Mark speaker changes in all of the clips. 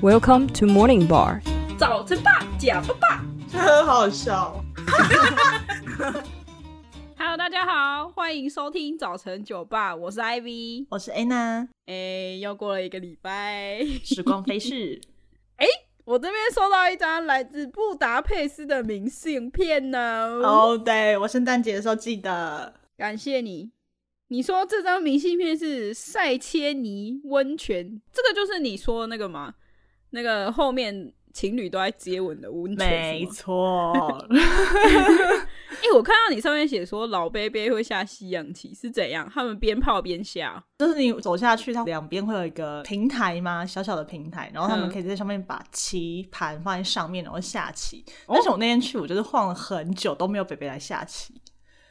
Speaker 1: Welcome to Morning Bar。
Speaker 2: 早晨吧，假爸爸。
Speaker 3: 很好笑。
Speaker 2: Hello，大家好，欢迎收听早晨酒吧，我是 Ivy。
Speaker 3: 我是 Anna，
Speaker 2: 哎、又过了一个礼拜，
Speaker 3: 时光飞逝。
Speaker 2: 我这边收到一张来自布达佩斯的明信片呢。
Speaker 3: 哦、对我圣诞节的时候记得，
Speaker 2: 感谢你。你说这张明信片是塞切尼温泉，这个就是你说的那个吗？那个后面情侣都在接吻的温泉是
Speaker 3: 没
Speaker 2: 吗？
Speaker 3: 错，
Speaker 2: 哎、我看到你上面写说老贝贝会下西洋棋是怎样？他们边泡边下哦
Speaker 3: 就是你走下去，它两边会有一个平台嘛，小小的平台，然后他们
Speaker 2: 嗯
Speaker 3: 可以在上面把棋盘放在上面，然后下棋。但是我那天去，我就是晃了很久都没有北北来下棋，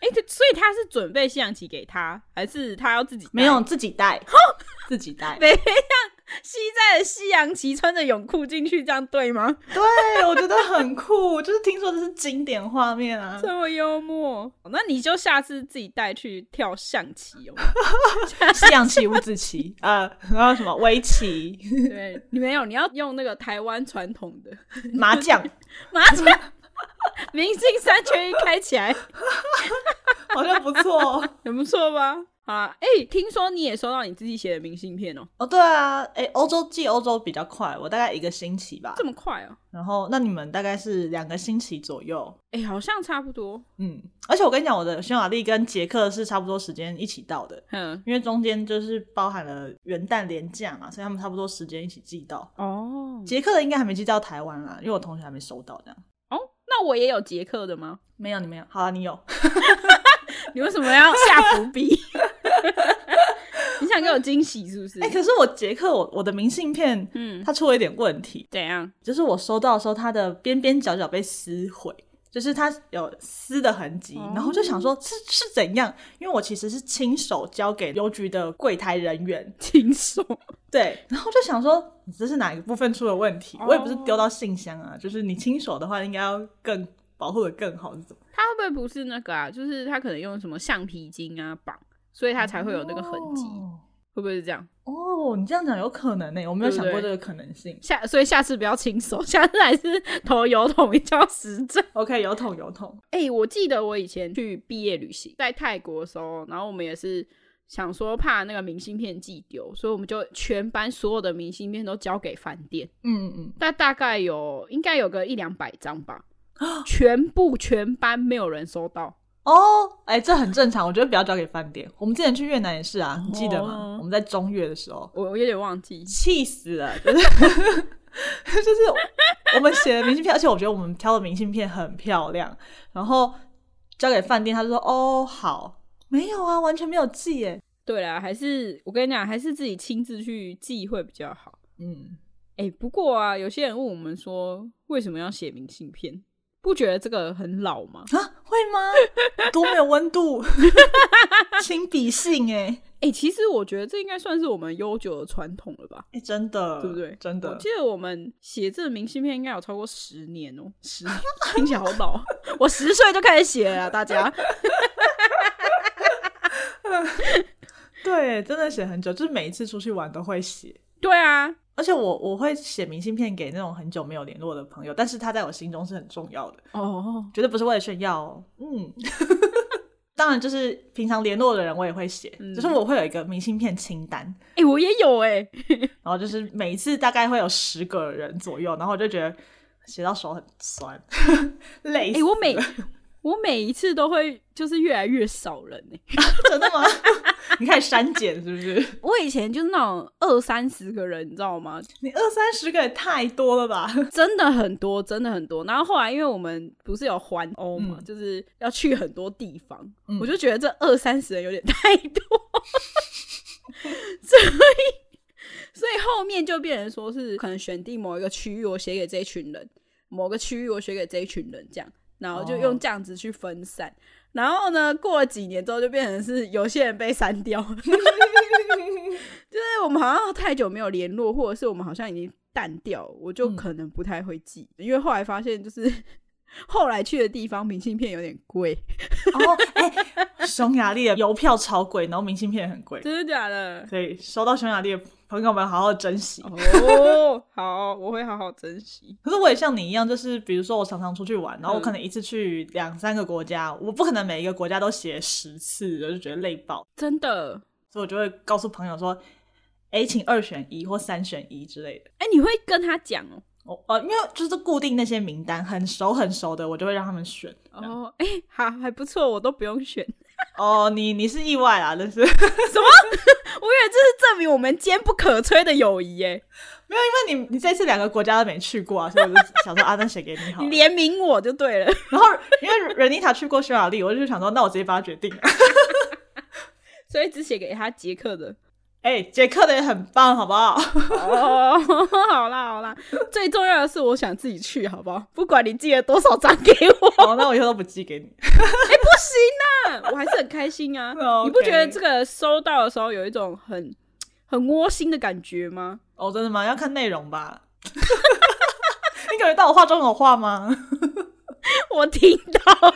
Speaker 2: 哎、这所以他是准备西洋棋给他，还是他要自己带
Speaker 3: 没有自己带， 自己 带。
Speaker 2: 北北像西在的西洋棋，穿着泳裤进去，这样对吗？
Speaker 3: 对，我觉得很酷，就是听说这是经典画面啊
Speaker 2: 这。么幽默，哦那你就下次自己带去跳象 棋哦。
Speaker 3: 西洋棋、五子棋，呃，然后什么围棋、
Speaker 2: 对，你没有，你要用那个台湾传统 的
Speaker 3: 麻将，
Speaker 2: 麻将，明星三缺一开起来，
Speaker 3: 好像不错。哦
Speaker 2: 很不错吧？好啦，哎、听说你也收到你自己写的明信片哦，
Speaker 3: 哦，对啊，哎，欧洲寄欧洲比较快，我大概一个星期吧
Speaker 2: 这。么快哦？
Speaker 3: 然后，那你们大概是两个星期左右。
Speaker 2: 哎、好像差不多。
Speaker 3: 嗯，而且我跟你讲，我的匈牙利跟捷克是差不多时间一起到的，
Speaker 2: 嗯，
Speaker 3: 因为中间就是包含了元旦连假嘛，所以他们差不多时间一起寄到。嗯
Speaker 2: 哦，
Speaker 3: 捷克的应该还没寄到台湾啦，因为我同学还没收到，这样
Speaker 2: 哦，那我也有捷克的吗？
Speaker 3: 没有，你没有， 好啊，你有，
Speaker 2: 你为什么要下伏 笔？你想给我惊喜是不是？
Speaker 3: 哎、可是我捷克我我的明信片
Speaker 2: 嗯，
Speaker 3: 它出了一点问题，
Speaker 2: 怎样？
Speaker 3: 就是我收到的时候，它的边边角角被撕毁，就是它有撕的痕迹，
Speaker 2: 哦
Speaker 3: 然后就想说是是怎样？因为我其实是亲手交给邮局的柜台人员，
Speaker 2: 禽兽！
Speaker 3: 对，然后就想说你这是哪个部分出了问题？
Speaker 2: 哦
Speaker 3: 我也不是丢到信箱啊，就是你亲手的话，应该要更保护的更好是怎么？
Speaker 2: 他会不会不是那个啊？就是他可能用什么橡皮筋啊绑，所以他才会有那个痕迹，
Speaker 3: 哦
Speaker 2: 会不会是这样？
Speaker 3: 哦，你这样讲有可能欸呢、我没有想过这个可能性。
Speaker 2: 下所以下次不要亲手， 下次还是投油桶比较实在。
Speaker 3: OK，有桶有桶，
Speaker 2: 哎、我记得我以前去毕业旅行，在泰国的时候，然后我们也是想说怕那个明信片寄丢，所以我们就全班所有的明信片都交给饭店。
Speaker 3: 嗯嗯，
Speaker 2: 那大概有应该有个一两百张 吧，全部全班没有人收到，
Speaker 3: 哦，哎、这很正常，我觉得不要交给饭店。我们之前去越南也是啊，你记得吗
Speaker 2: 哦
Speaker 3: 我们在中越的时候，
Speaker 2: 我我有点忘记。
Speaker 3: 气死了，就是 就是我们写的明信片，而且我觉得我们挑的明信片很漂亮，然后交给饭店，他就说哦好，没有啊，完全没有寄耶，
Speaker 2: 对啦，还是我跟你讲，还是自己亲自去寄会比较好。
Speaker 3: 嗯，
Speaker 2: 哎、不过啊，有些人问我们说，为什么要写明信片？不觉得这个很老吗？
Speaker 3: 啊会吗？多没有温度， 亲笔信哎
Speaker 2: 哎、其实我觉得这应该算是我们悠久的传统了吧。
Speaker 3: 哎真的
Speaker 2: 对不对
Speaker 3: 真
Speaker 2: 我
Speaker 3: 的
Speaker 2: 记得我们写这个明信片应该有超过十年哦、十年听起来好老。 我十岁就开始写了啊，大家。
Speaker 3: 对，真的写很久，就是每一次出去玩都会写。
Speaker 2: 对啊，
Speaker 3: 而且我我会写明信片给那种很久没有联络的朋友，但是他在我心中是很重要的，
Speaker 2: 哦，
Speaker 3: 绝对不是为了炫耀、哦。嗯， 当然就是平常联络的人我也会写，
Speaker 2: 嗯
Speaker 3: 就是我会有一个明信片清单，
Speaker 2: 哎、我也有哎、
Speaker 3: 然后就是每一次大概会有十个人左右，然后我就觉得写到手很酸， 累
Speaker 2: 哎、
Speaker 3: 死了。
Speaker 2: 我每 我每一次都会就是越来越少人哎、
Speaker 3: 真的吗？ 你开始删减是不是？
Speaker 2: 我以前就是那种二三十个人，你知道吗？
Speaker 3: 你二三十个也太多了吧？
Speaker 2: 真的很多，真的很多。然后后来因为我们不是有环欧嘛，
Speaker 3: 嗯
Speaker 2: 就是要去很多地方，
Speaker 3: 嗯
Speaker 2: 我就觉得这二三十人有点太多， 所以所以后面就变成说是可能选定某一个区域，我写给这一群人；某个区域我写给这一群人，这样，然后就用这样子去分散。然后呢，过了几年之后，就变成是有些人被删掉， 就是我们好像太久没有联嗯络，或者是我们好像已经淡掉，我就可能不太会记，因为后来发现就是 后来去的地方明信片有点贵，
Speaker 3: 哦，哎，匈牙利的邮票超贵，然后明信片也很贵，
Speaker 2: 真的假的？
Speaker 3: 所以收到匈牙利的朋友们好好珍惜。
Speaker 2: 哦，好，我会好好珍惜。
Speaker 3: 可是我也像你一样，就是比如说我常常出去玩，然后我
Speaker 2: 嗯
Speaker 3: 可能一次去两三个国家，我不可能每一个国家都写十次，我就觉得累爆，
Speaker 2: 真的，
Speaker 3: 所以我就会告诉朋友说，哎，请二选一或三选一之类的。
Speaker 2: 哎、你会跟他讲哦？
Speaker 3: 哦，呃，因为就是固定那些名单，很熟很熟的，我就会让他们选。
Speaker 2: 哦，哎、好，还不错，我都不用选。
Speaker 3: 哦，你你是意外啊，但是没有，
Speaker 2: 我以为这是证明我们坚不可摧的友谊耶！
Speaker 3: 因为你你这次两个国家都没去过啊，所以我就想说啊，那写给你 好
Speaker 2: 你
Speaker 3: 了。
Speaker 2: 怜悯我就对了，
Speaker 3: 然后因为 Renita 去过匈牙利，我就想说，那我直接帮他决定了。
Speaker 2: 所以只写给他捷克的。
Speaker 3: 哎，捷克的也很棒，好不 好？
Speaker 2: 哦，好啦好啦，最重要的是我想自己去，好不好？不管你寄了多少张给我，
Speaker 3: 哦，那我以后都不寄给你。。
Speaker 2: 不行啊，我还是很开心 啊
Speaker 3: OK
Speaker 2: 你不觉得这个收到的时候有一种很很窝心的感觉吗？
Speaker 3: 哦，真的吗？要看内容吧。 你感觉到我话中有话吗？
Speaker 2: 我听到了，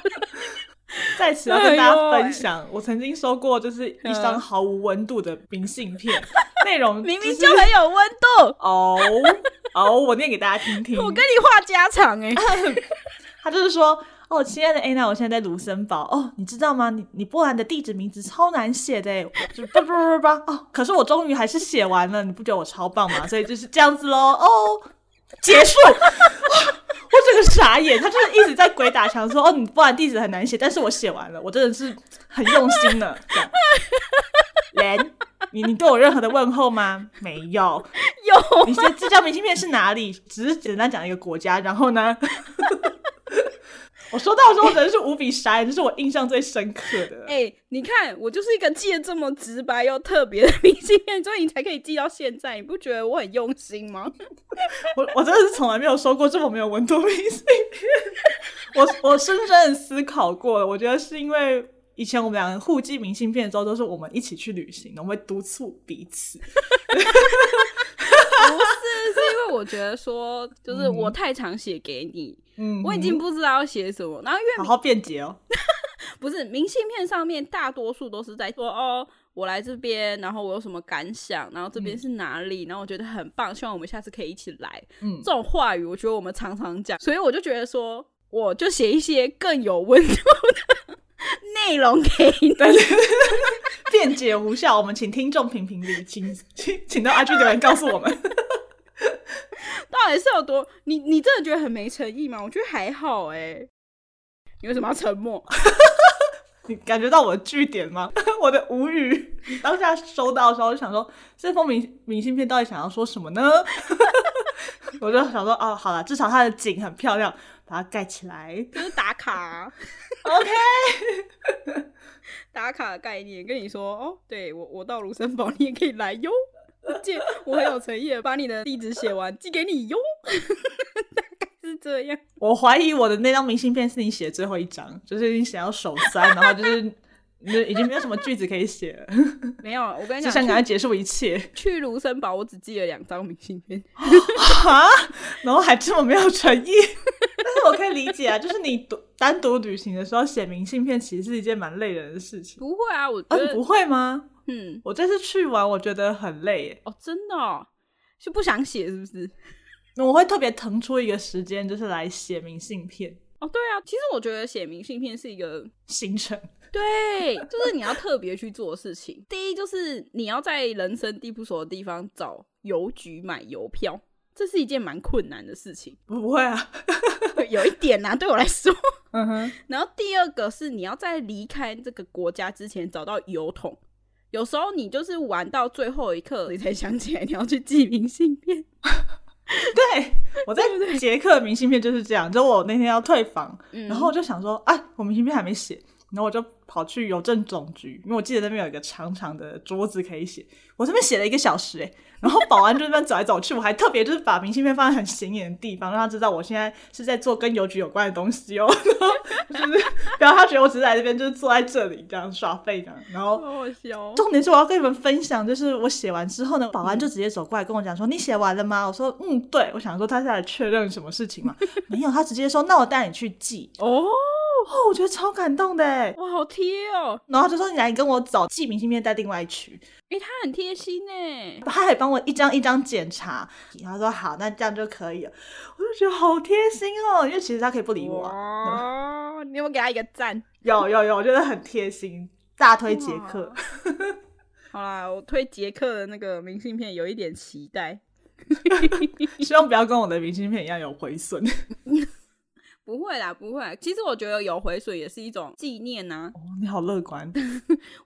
Speaker 3: 在此要跟大家
Speaker 2: 哎呦
Speaker 3: 分享，我曾经收过就是一张毫无温度的明信片，内容
Speaker 2: 哎明明
Speaker 3: 是
Speaker 2: 就很有温度，
Speaker 3: 哦哦，我念给大家听听。
Speaker 2: 我跟你话家常哎、
Speaker 3: 他就是说，哦，亲爱的 Anna，我现在在卢森堡。哦，你知道吗？你你波兰的地址名字超难写的耶，我就叭叭叭叭叭。哦，可是我终于还是写完了，你不觉得我超棒吗？所以就是这样子喽。哦，结束。 哇我整个傻眼，他就是一直在鬼打墙说，哦，你波兰地址很难写，但是我写完了，我真的是很用心呢。这样人，你你对我任何的问候吗？没有。
Speaker 2: 有
Speaker 3: 你这这张明信片是哪里？只是简单讲一个国家，然后呢？ 我收到的时候真的是无比傻眼，这是我印象最深刻的。
Speaker 2: 哎、你看，我就是一个记得这么直白又特别的明信片，所以你才可以记到现在，你不觉得我很用心吗？
Speaker 3: 我我真的是从来没有收过这么没有温度的明信片。 我我深深的思考过，我觉得是因为以前我们两个互寄明信片的时候，都是我们一起去旅行，我们会督促彼此。
Speaker 2: 不是，是因为我觉得说，就是我太常写给你，
Speaker 3: 嗯，
Speaker 2: 我已经不知道要写什么。然后因为
Speaker 3: 好好辩解哦。
Speaker 2: 不是明信片上面大多数都是在说哦，我来这边，然后我有什么感想，然后这边是哪里，然后我觉得很棒，希望我们下次可以一起来。
Speaker 3: 嗯
Speaker 2: 这种话语，我觉得我们常常讲，所以我就觉得说，我就写一些更有温度的内容给你。
Speaker 3: 辩解无效，我们请听众评评理，请请请到 IG 留言告诉我们。
Speaker 2: 到底是有多？你你真的觉得很没诚意吗？我觉得还好哎、你为什么要沉默？
Speaker 3: 你感觉到我的据点吗？ 我的无语。 当下收到的时候，就想说这封明明信片到底想要说什么呢？ 我就想说，哦，好了，至少它的景很漂亮，把它盖起来。
Speaker 2: 就是打卡啊、
Speaker 3: OK，
Speaker 2: 打卡的概念，跟你说哦，对我我到卢森堡，你也可以来哟。借我很有诚意的把你的地址写完，寄给你哟。 大概是这样，
Speaker 3: 我怀疑我的那张明信片是你写的最后一张，就是你想要手酸，然后就是你已经没有什么句子可以写了，
Speaker 2: 没有。啊我跟你
Speaker 3: 就想赶
Speaker 2: 讲，
Speaker 3: 快
Speaker 2: 去
Speaker 3: 结束一切
Speaker 2: 去卢森堡，我只寄了两张明信片。
Speaker 3: 啊，然后还这么没有诚意。 但是我可以理解啊，就是你独单独旅行的时候写明信片，其实是一件蛮累人的事情。
Speaker 2: 不会啊，我觉
Speaker 3: 啊，
Speaker 2: 得、
Speaker 3: 你不会吗？
Speaker 2: 嗯，
Speaker 3: 我这次去玩，我觉得很累耶。
Speaker 2: 哦，真的、哦、是不想写是不是？
Speaker 3: 我会特别腾出一个时间，就是来写明信片
Speaker 2: 哦，对啊，其实我觉得写明信片是一个
Speaker 3: 行程。
Speaker 2: 对，就是你要特别去做的事情。第一就是你要在人生地不熟的地方找邮局买邮票，这是一件蛮困难的事情，
Speaker 3: 不会啊，
Speaker 2: 有一点难、对我来说。
Speaker 3: 嗯哼，
Speaker 2: 然后第二个是你要在离开这个国家之前找到邮筒。有时候你就是玩到最后一刻，你才想起来你要去寄明信片。
Speaker 3: 对，我在捷克明信片就是这样，就我那天要退房，
Speaker 2: 嗯
Speaker 3: 然后我就想说，哎，我明信片还没写，然后我就跑去邮政总局，因为我记得那边有一个长长的桌子可以写，我这边写了一个小时哎、然后保安就在那边走来走去，我还特别就是把明信片放在很显眼的地方，让他知道我现在是在做跟邮局有关的东西哦，然后就是不要他觉得我只是来这边就是坐在这里这样耍废这样，然后
Speaker 2: 好笑哦。
Speaker 3: 重点是我要跟你们分享，就是我写完之后呢，保安就直接走过来跟我讲说：“你写完了吗？”我说：“嗯，对。”我想说他是来确认什么事情嘛， 没有，他直接说：“那我带你去寄。”
Speaker 2: 哦，
Speaker 3: 哦，我觉得超感动的欸。
Speaker 2: 哇，好贴哦！
Speaker 3: 然后他就说：“你来跟我走，寄明信片带另外一区。
Speaker 2: 诶，他很贴心呢”。
Speaker 3: 他还帮我一张一张检查，然后说：“好，那这样就可以了。”我就觉得好贴心哦，因为其实他可以不理我啊、
Speaker 2: 哇，你有没有给他一个赞？
Speaker 3: 有有有，我觉得很贴心，大推杰克。
Speaker 2: 好啦，我对杰克的那个明信片有一点期待。
Speaker 3: 希望不要跟我的明信片一样有毁损。
Speaker 2: 不会啦，不会啦。其实我觉得有回水也是一种纪念呐、
Speaker 3: 哦，你好乐观。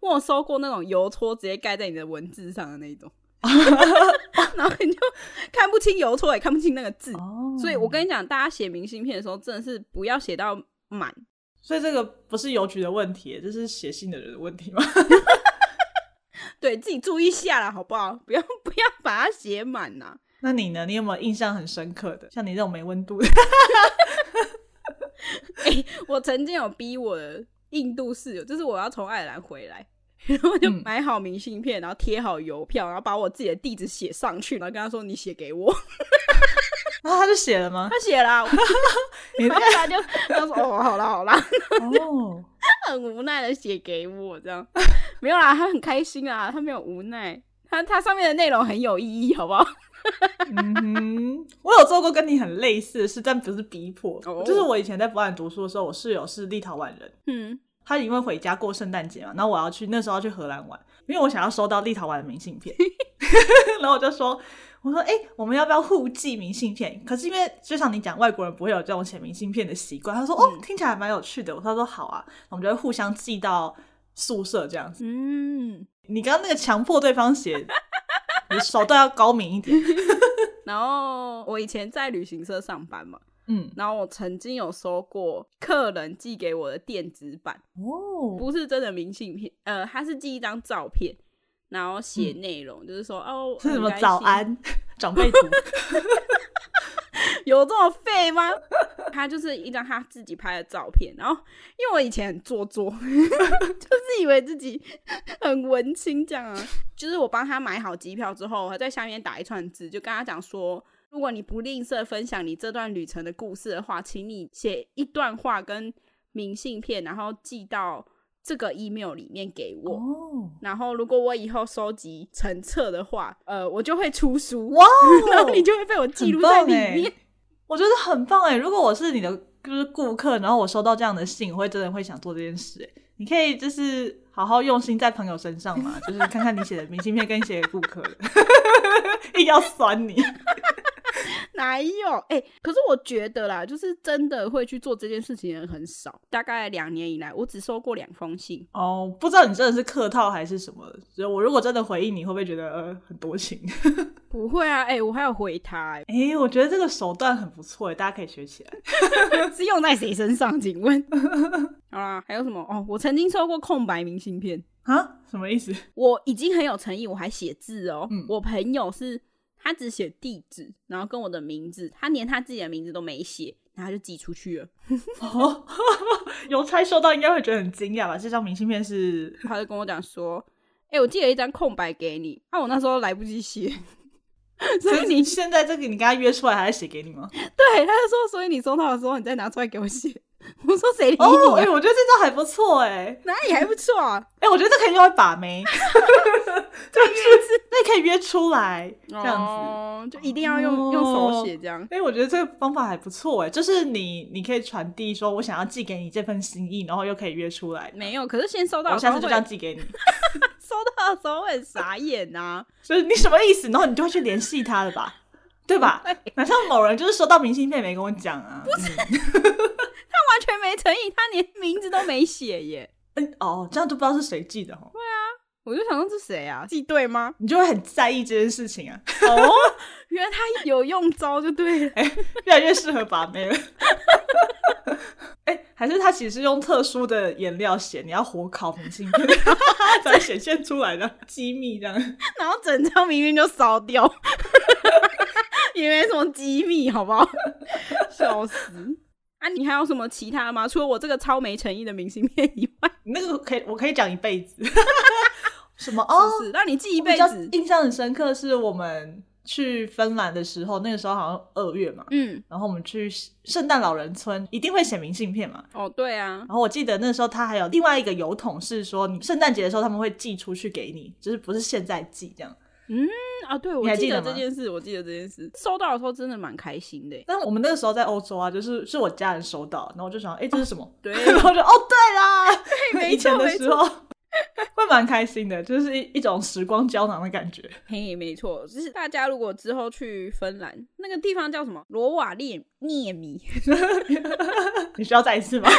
Speaker 2: 我有收过那种邮戳直接盖在你的文字上的那一种， 然后你就看不清邮戳，也看不清那个字。
Speaker 3: 哦
Speaker 2: 所以我跟你讲，大家写明信片的时候，真的是不要写到满。
Speaker 3: 所以这个不是邮局的问题，这是写信的人的问题吗？
Speaker 2: 对自己注意一下啦，好不好？ 不要不要把它写满呐。
Speaker 3: 那你呢？你有没有印象很深刻的？像你这种没温度的，
Speaker 2: 我曾经有逼我的印度室友，就是我要从爱尔兰回来，然后就
Speaker 3: 嗯
Speaker 2: 买好明信片，然后贴好邮票，然后把我自己的地址写上去，然后跟他说你写给我。
Speaker 3: 然后他就写了吗？
Speaker 2: 他写啦，我
Speaker 3: 你
Speaker 2: 然后他就他说哦，好啦好 啦，
Speaker 3: 哦，
Speaker 2: 很无奈的写给我这样， 没有啦，他很开心啊，他没有无奈，他他上面的内容很有意义，好不 好？
Speaker 3: 嗯哼，我有做过跟你很类似的事，但不是逼迫。
Speaker 2: 哦
Speaker 3: 就是我以前在波兰读书的时候，我室友是立陶宛人，
Speaker 2: 嗯，
Speaker 3: 他因为回家过圣诞节嘛，然后我要去那时候要去荷兰玩，因为我想要收到立陶宛的明信片，然后我就说，我说，哎、我们要不要互寄明信片？可是因为就像你讲，外国人不会有这种写明信片的习惯，他说，哦，听起来蛮有趣的，我说他说好啊，我们就会互相寄到宿舍这样子。
Speaker 2: 嗯，
Speaker 3: 你刚刚那个强迫对方写，你手段要高明一点，
Speaker 2: 然后我以前在旅行社上班嘛，
Speaker 3: 嗯，
Speaker 2: 然后我曾经有收过客人寄给我的电子版，
Speaker 3: 哦，
Speaker 2: 不是真的明信片，呃，他是寄一张照片，然后写内容，就是说哦，
Speaker 3: 嗯是什
Speaker 2: 很
Speaker 3: 么
Speaker 2: 开心
Speaker 3: 早安长辈 图？
Speaker 2: 有这么废吗？ 他就是一张他自己拍的照片，然后因为我以前很做作， 就是以为自己很文青这样啊。就是我帮他买好机票之后，我还在下面打一串字，就跟他讲说，如果你不吝啬分享你这段旅程的故事的话，请你写一段话跟明信片，然后寄到这个 email 里面给我。
Speaker 3: 哦，
Speaker 2: 然后，如果我以后收集成册的话，呃，我就会出书，
Speaker 3: 哇哦
Speaker 2: 然 后你就会被我记录在里
Speaker 3: 很棒
Speaker 2: 面
Speaker 3: 欸。我觉得很棒哎、如果我是你的就是顾客，然后我收到这样的信，我会真的会想做这件事、欸。你可以就是好好用心在朋友身上嘛，就是看看你写的明信片跟你写给顾客的， 硬要酸你。
Speaker 2: 哪有？哎、可是我觉得啦，就是真的会去做这件事情的人很少。大概两年以来，我只收过两封信。
Speaker 3: 哦，不知道你真的是客套还是什么？所以我如果真的回应你，会不会觉得呃很多情？ ，
Speaker 2: 不会啊，哎、我还有回他、欸
Speaker 3: 哎、我觉得这个手段很不错、欸，大家可以学起来。
Speaker 2: 是用在谁身上？请问？ 好啦，还有什么？哦，我曾经收过空白明信片，
Speaker 3: 啊，什么意思？
Speaker 2: 我已经很有诚意，我还写字哦。
Speaker 3: 嗯
Speaker 2: 我朋友是他只写地址，然后跟我的名字，他连他自己的名字都没写，然后他就寄出去了。
Speaker 3: 哦， 邮差收到应该会觉得很惊讶吧？这张明信片是
Speaker 2: 他就跟我讲说：“哎、我寄了一张空白给你。啊”我那时候来不及写， 所以你
Speaker 3: 现在这个你跟他约出来，还是写给你 吗？
Speaker 2: 对，他就说，所以你收到的时候，你再拿出来给我写。我说谁理你、啊？
Speaker 3: 哦，哎、我觉得这招还不错哎、欸，
Speaker 2: 哪里还不错啊？
Speaker 3: 哎、我觉得这可以用来 把妹，就是那可以约出来这样子。
Speaker 2: 哦、就一定要用、用手写这样。
Speaker 3: 哎、我觉得这个方法还不错哎、就是你你可以传递说我想要寄给你这份心意，然后又可以约出来。
Speaker 2: 没有，可是先收到
Speaker 3: 我
Speaker 2: 的时候
Speaker 3: 下
Speaker 2: 会，
Speaker 3: 次就这样寄给你，
Speaker 2: 收到的时候会很傻眼啊呐、
Speaker 3: 就是你什么意思？然后你就会去联系他了 吧，对吧？哪像某人就是收到明信片没跟我讲啊？不是，
Speaker 2: 他完全没诚意，他连名字都没写耶。
Speaker 3: 哎嗯、哦，这样就不知道是谁寄的哦。
Speaker 2: 我就想说这谁啊，记对吗？
Speaker 3: 你就会很在意这件事情啊，
Speaker 2: 哦， 原来他有用招就对了。
Speaker 3: 越来越适合把妹了。 哎、还是他其实是用特殊的颜料写，你要火烤明信片 才显现出来的机密这样。
Speaker 2: 然后整张明明就烧掉， 也没什么机密，好不好？ 笑死！啊，你还有什么其他吗？除了我这个超没诚意的明信片以外，
Speaker 3: 你那个可以，我可以讲一辈子。 什么哦？
Speaker 2: 是不是让你记一
Speaker 3: 我比
Speaker 2: 辈
Speaker 3: 较
Speaker 2: 子？
Speaker 3: 印象很深刻是我们去芬兰的时候，那个时候好像二月嘛，
Speaker 2: 嗯，
Speaker 3: 然后我们去圣诞老人村，一定会写明信片嘛。
Speaker 2: 哦，对啊，
Speaker 3: 然后我记得那时候他还有另外一个邮筒是说，你圣诞节的时候他们会寄出去给你，就是不是现在寄这样。
Speaker 2: 嗯啊，对，我
Speaker 3: 你还
Speaker 2: 记
Speaker 3: 记
Speaker 2: 得
Speaker 3: 得
Speaker 2: 这
Speaker 3: 吗
Speaker 2: 件事，我记得这件事，收到的时候真的蛮开心的耶。欸
Speaker 3: 但我们那个时候在欧洲啊，就是是我家人收到，然后我就想，哎、这是什么？
Speaker 2: 对
Speaker 3: 然后就哦，对啦，
Speaker 2: 没错
Speaker 3: 以前的时候会蛮开心的，就是一一种时光胶囊的感觉。
Speaker 2: 嘿，没错，就是大家如果之后去芬兰，那个地方叫什么？罗瓦列涅米，
Speaker 3: 你需要再一次吗？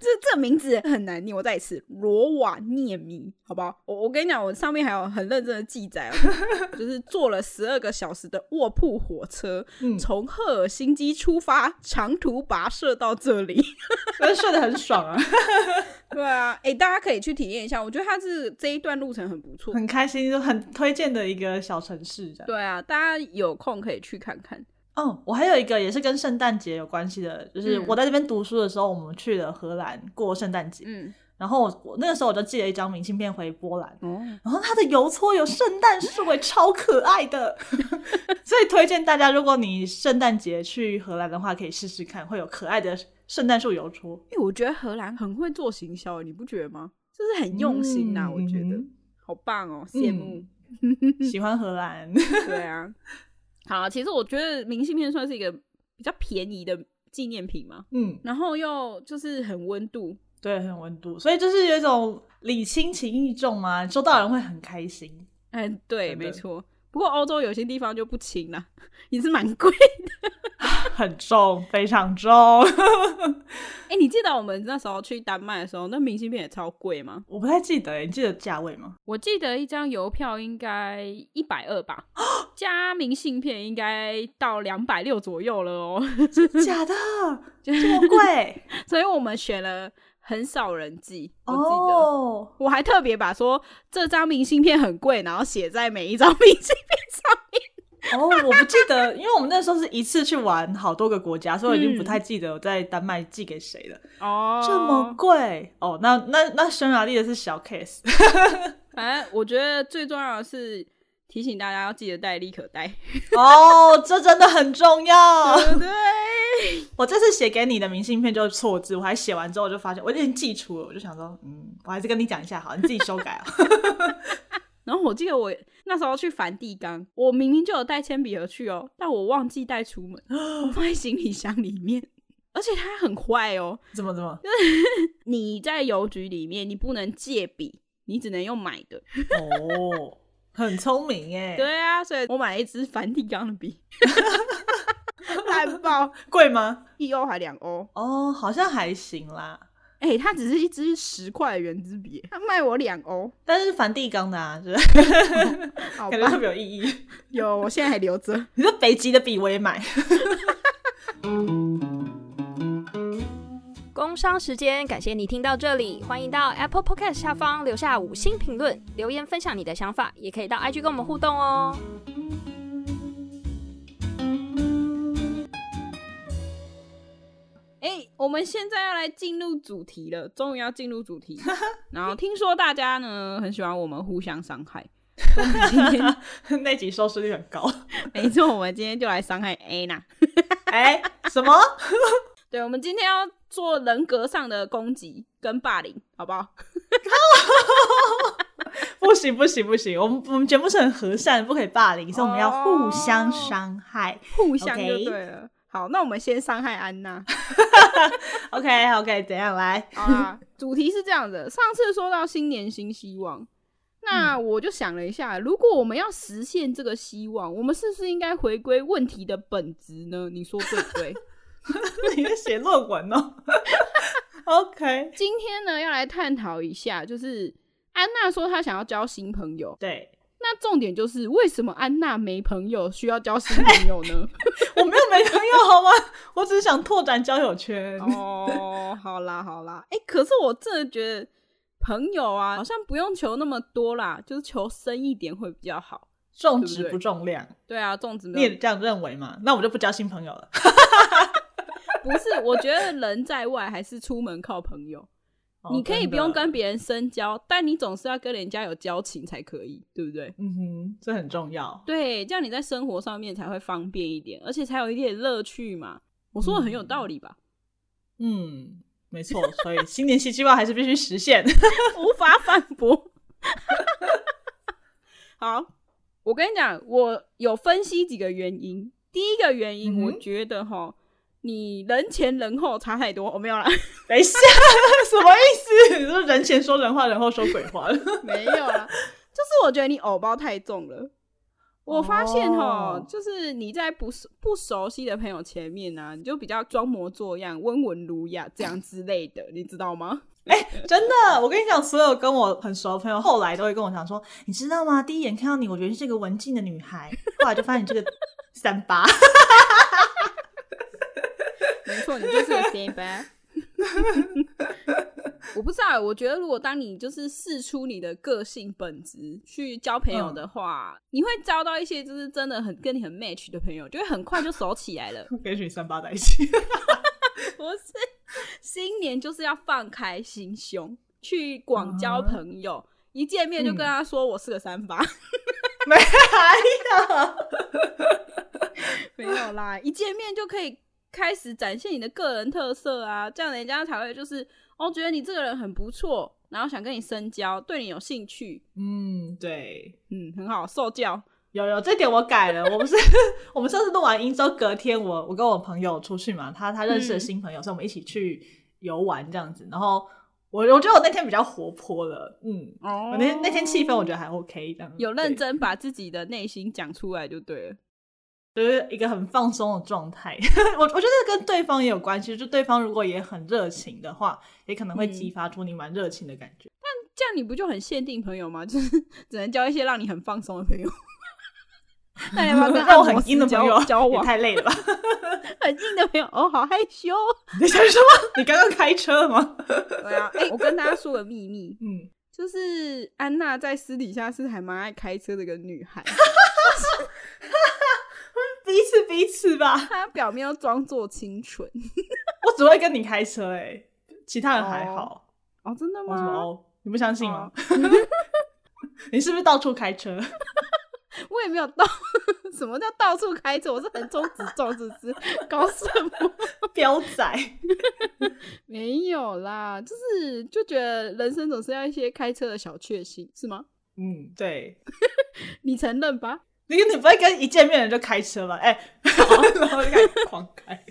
Speaker 2: 这这名字很难念，我再一次，罗瓦涅米，好不好？我我跟你讲，我上面还有很认真的记载、 哦，就是坐了十二个小时的卧铺火车，
Speaker 3: 嗯
Speaker 2: 从赫尔辛基出发，长途跋涉到这里。
Speaker 3: 可是睡得很爽啊，
Speaker 2: 对啊，哎、大家可以去体验一下，我觉得它是这一段路程很不错。
Speaker 3: 很开心，就很推荐的一个小城市这样。
Speaker 2: 对啊，大家有空可以去看看。
Speaker 3: 哦，我还有一个也是跟圣诞节有关系的，就是
Speaker 2: 嗯
Speaker 3: 我在这边读书的时候，我们去了荷兰过圣诞节，
Speaker 2: 嗯，
Speaker 3: 然后我我那个时候我就寄了一张明信片回波兰，
Speaker 2: 哦，
Speaker 3: 然后它的邮戳有圣诞树，哎，超可爱的， 所以推荐大家，如果你圣诞节去荷兰的话，可以试试看，会有可爱的圣诞树邮戳，
Speaker 2: 哎、我觉得荷兰很会做行销，你不觉得吗？就是很用心呐、
Speaker 3: 嗯
Speaker 2: 我觉得
Speaker 3: 嗯
Speaker 2: 好棒哦，羡慕。
Speaker 3: 喜欢荷兰，
Speaker 2: 对啊，好啊，其实我觉得明信片算是一个比较便宜的纪念品嘛，
Speaker 3: 嗯，
Speaker 2: 然后又就是很温度，
Speaker 3: 对，很有温度，所以就是有一种礼轻情意重嘛，收到人会很开心。
Speaker 2: 哎，对，
Speaker 3: 真的
Speaker 2: 没错。不过欧洲有些地方就不轻啦，也是蛮贵。
Speaker 3: 很重，非常重。
Speaker 2: 哎、你记得我们那时候去丹麦的时候，那明信片也超贵吗？
Speaker 3: 我不太记得耶，欸你记得价位 吗？
Speaker 2: 我记得一张邮票应该一百二吧， 加明信片应该到两百六左右了哦。
Speaker 3: 假的，这么贵？
Speaker 2: 所以我们选了很少人寄，我记得。
Speaker 3: 哦，
Speaker 2: 我还特别把说这张明信片很贵，然后写在每一张明信片上面。
Speaker 3: 哦，我不记得，因为我们那时候是一次去玩好多个国家，所以我已经
Speaker 2: 嗯
Speaker 3: 不太记得我在丹麦寄给谁了。
Speaker 2: 哦
Speaker 3: 这么贵哦，那那那匈牙利的是小 case，
Speaker 2: 反正我觉得最重要的是提醒大家要记得带立可带。
Speaker 3: 哦，这真的很 重要。
Speaker 2: 对不对，
Speaker 3: 我这次写给你的明信片就是错字，我还写完之后就发现我已经寄出了，我就想说，嗯，我还是跟你讲一下好，你自己修改啊。
Speaker 2: 然后我记得我那时候去梵蒂冈，我明明就有带铅笔盒去哦，但我忘记带出门， 我放在行李箱里面。而且它很坏哦，
Speaker 3: 怎么怎么？
Speaker 2: 你在邮局里面你不能借笔，你只能用买的。
Speaker 3: 哦，很聪明耶。
Speaker 2: 对啊，所以我买了一支梵蒂冈的笔，烂爆，
Speaker 3: 贵吗？
Speaker 2: 一欧还两欧。
Speaker 3: 哦，好像还行啦，
Speaker 2: 哎、它只是一支十块的圆珠笔，它卖我两欧，
Speaker 3: 但是梵蒂冈的啊，就是
Speaker 2: 好
Speaker 3: 感觉特
Speaker 2: 吧？
Speaker 3: 别有意义。
Speaker 2: 有，我现在还留着。
Speaker 3: 你说北极的笔我也买，
Speaker 1: 工商时间，感谢你听到这里，欢迎到 Apple Podcast 下方留下五星评论，留言分享你的想法，也可以到 IG 跟我们互动哦。
Speaker 2: 哎、我们现在要来进入主题了，终于要进入主题。然后听说大家呢很喜欢我们互相伤害，我们今天
Speaker 3: 那集收视率很高。
Speaker 2: 没错，我们今天就来伤害 Anna。
Speaker 3: 哎、什么？
Speaker 2: 对，我们今天要做人格上的攻击跟霸凌，好不好？
Speaker 3: 不行不行不行，我们我们节目是很和善，不可以霸凌，所以我们要互相
Speaker 2: 哦
Speaker 3: 伤害。
Speaker 2: 互相就
Speaker 3: OK
Speaker 2: 对了。好，那我们先伤害安娜。
Speaker 3: OK OK，怎样来？
Speaker 2: 好啦，主题是这样的，上次说到新年新希望，那我就想了一下，如果我们要实现这个希望，我们是不是应该回归问题的本质呢？你说对不对？
Speaker 3: 你在写论文哦。OK，
Speaker 2: 今天呢，要来探讨一下，就是安娜说她想要交新朋友，
Speaker 3: 对，
Speaker 2: 那重点就是为什么安娜没朋友，需要交新朋友呢？
Speaker 3: 我没有没朋友好吗？我只是想拓展交友圈。
Speaker 2: 哦，好啦好啦，哎、可是我真的觉得朋友啊，好像不用求那么多啦，就是求深一点会比较好。
Speaker 3: 重质不重量，
Speaker 2: 对啊，粽子
Speaker 3: 你
Speaker 2: 没有
Speaker 3: 也这样认为吗？那我就不交新朋友了。
Speaker 2: 不是，我觉得人在外还是出门靠朋友。你可以不用
Speaker 3: 哦真的
Speaker 2: 跟别人深交，但你总是要跟人家有交情才可以，对不对？
Speaker 3: 嗯哼，这很重要。
Speaker 2: 对，这样你在生活上面才会方便一点，而且才有一点乐趣嘛。我说的很有道理吧？
Speaker 3: 嗯，没错，所以新年新希望还是必须实现。
Speaker 2: 无法反驳。 好，我跟你讲，我有分析几个原因。第一个原
Speaker 3: 嗯
Speaker 2: 因，
Speaker 3: 哼
Speaker 2: 我觉得哈，你人前人后差太多。我、哦没有 啦，
Speaker 3: 等一下，什么意思？你说人前说人话，人后说鬼话。
Speaker 2: 没有啦，就是我觉得你偶包太重了。我发现哈
Speaker 3: 哦
Speaker 2: 就是你在不熟不熟悉的朋友前面呢、啊，你就比较装模作样、温文儒雅这样之类的，你知道吗？
Speaker 3: 真的，我跟你讲，所有跟我很熟的朋友，后来都会跟我讲说，你知道吗？第一眼看到你，我觉得你是个文静的女孩，后来就发现你这个三八。
Speaker 2: 没错，你就是个 C 班。 我不知道，欸我觉得如果当你就是试出你的个性本质去交朋友的话，你会交到一些就是真的很跟你很 match 的朋友，就会很快就熟起来了。
Speaker 3: 跟许三八在一起，
Speaker 2: 不是，新年就是要放开心胸去
Speaker 3: 嗯
Speaker 2: 广交朋友，一见面就跟他说我是个三八，
Speaker 3: 没有。
Speaker 2: 没有啦，一见面就可以开始展现你的个人特色啊，这样人家才会就是哦，觉得你这个人很不错，然后想跟你深交，对你有兴趣，
Speaker 3: 嗯，对，
Speaker 2: 嗯，很好，受教。
Speaker 3: 有有，这点我改了。我不是， 我们上次录完音之后，隔天我我跟我朋友出去嘛，他他认识的新朋友，所以我们一起去游玩这样子。然后我我觉得我那天比较活泼了，嗯，
Speaker 2: 哦
Speaker 3: 我那天那天气氛我觉得还 OK，这样子
Speaker 2: 有认，
Speaker 3: 对
Speaker 2: 真把自己的内心讲出来就对了。
Speaker 3: 就是一个很放松的状态。 我我觉得跟对方也有关系，就对方如果也很热情的话，也可能会
Speaker 2: 嗯
Speaker 3: 激发出你蛮热情的感觉。
Speaker 2: 这样你不就很限定朋友吗？ 就是只能交一些让你很放松的朋友。 那你要不要跟
Speaker 3: 让我
Speaker 2: 按摩
Speaker 3: 很
Speaker 2: 师
Speaker 3: 阴的朋友
Speaker 2: 交交
Speaker 3: 也
Speaker 2: 往？
Speaker 3: 太累了吧？
Speaker 2: 很硬的朋友哦，好害羞。
Speaker 3: 你在想什么？你刚刚开车吗？
Speaker 2: 对啊，哎、我跟大家说个秘密，
Speaker 3: 嗯，
Speaker 2: 就是安娜在私底下是还蛮爱开车的一个女孩，
Speaker 3: 彼此彼此吧。
Speaker 2: 她表面要装作清纯。
Speaker 3: 我只会跟你开车哎、其他人还好。
Speaker 2: 哦，真的
Speaker 3: 我什么
Speaker 2: 吗？
Speaker 3: 哦？你不相信吗？ 你是不是到处开 车？
Speaker 2: 我也没有到， 什么叫到处开车？我是横冲直撞，是不是？ 搞什么？
Speaker 3: 彪仔，
Speaker 2: 没有啦，就是就觉得人生总是要一些开车的小确幸，是吗？
Speaker 3: 嗯，对。
Speaker 2: 你承认吧？
Speaker 3: 你你不会跟一见面人就开车吧？哎、
Speaker 2: 哦
Speaker 3: 然后就开始狂开。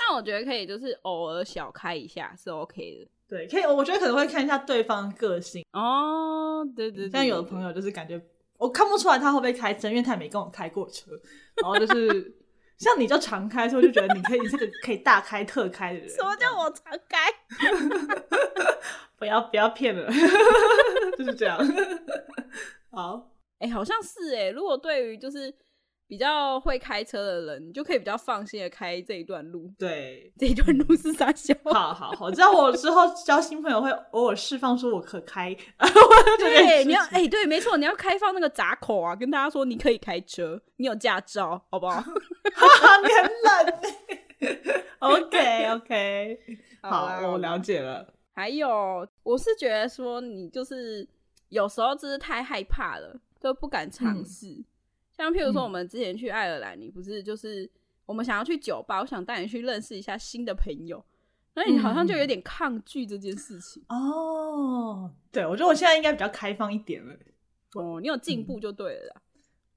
Speaker 2: 但我觉得可以，就是偶尔小开一下是 OK 的。
Speaker 3: 对，可以，我觉得可能会看一下对方的个性。
Speaker 2: 哦，对对对
Speaker 3: 像有的朋
Speaker 2: 友
Speaker 3: 友就是感觉我看不出来他会不会开车，因为他也没跟我开过车。然后就是 像你就常开，所以我就觉得你可以，你是个可以大开特开的人。
Speaker 2: 什么叫我常开？
Speaker 3: 不要不要 骗人，就是这样。好，
Speaker 2: 哎、好像是哎、如果对于就是比较会开车的人，你就可以比较放心的开这一段路。
Speaker 3: 对，
Speaker 2: 这一段路是啥小？
Speaker 3: 嗯好好好，知道我之后交新朋友会偶尔释放出我可开，这件事
Speaker 2: 对，
Speaker 3: 情
Speaker 2: 你要哎、对，没错，你要开放那个闸口啊，跟大家说你可以开车，你有驾照，好不好？
Speaker 3: 哈，你很冷 欸。OK OK，
Speaker 2: 好啦
Speaker 3: 好，我了解了。
Speaker 2: 还有，我是觉得说你就是有时候就是太害怕了，都不敢尝试。像譬如说，
Speaker 3: 嗯
Speaker 2: 我们之前去爱尔兰，你不是就是我们想要去酒吧，我想带你去认识一下新的朋友，那你好像就有点抗拒这件事情。
Speaker 3: 哦，对，我觉得我现在应该比较开放一点了。欸
Speaker 2: 哦，你有进步就对了啦。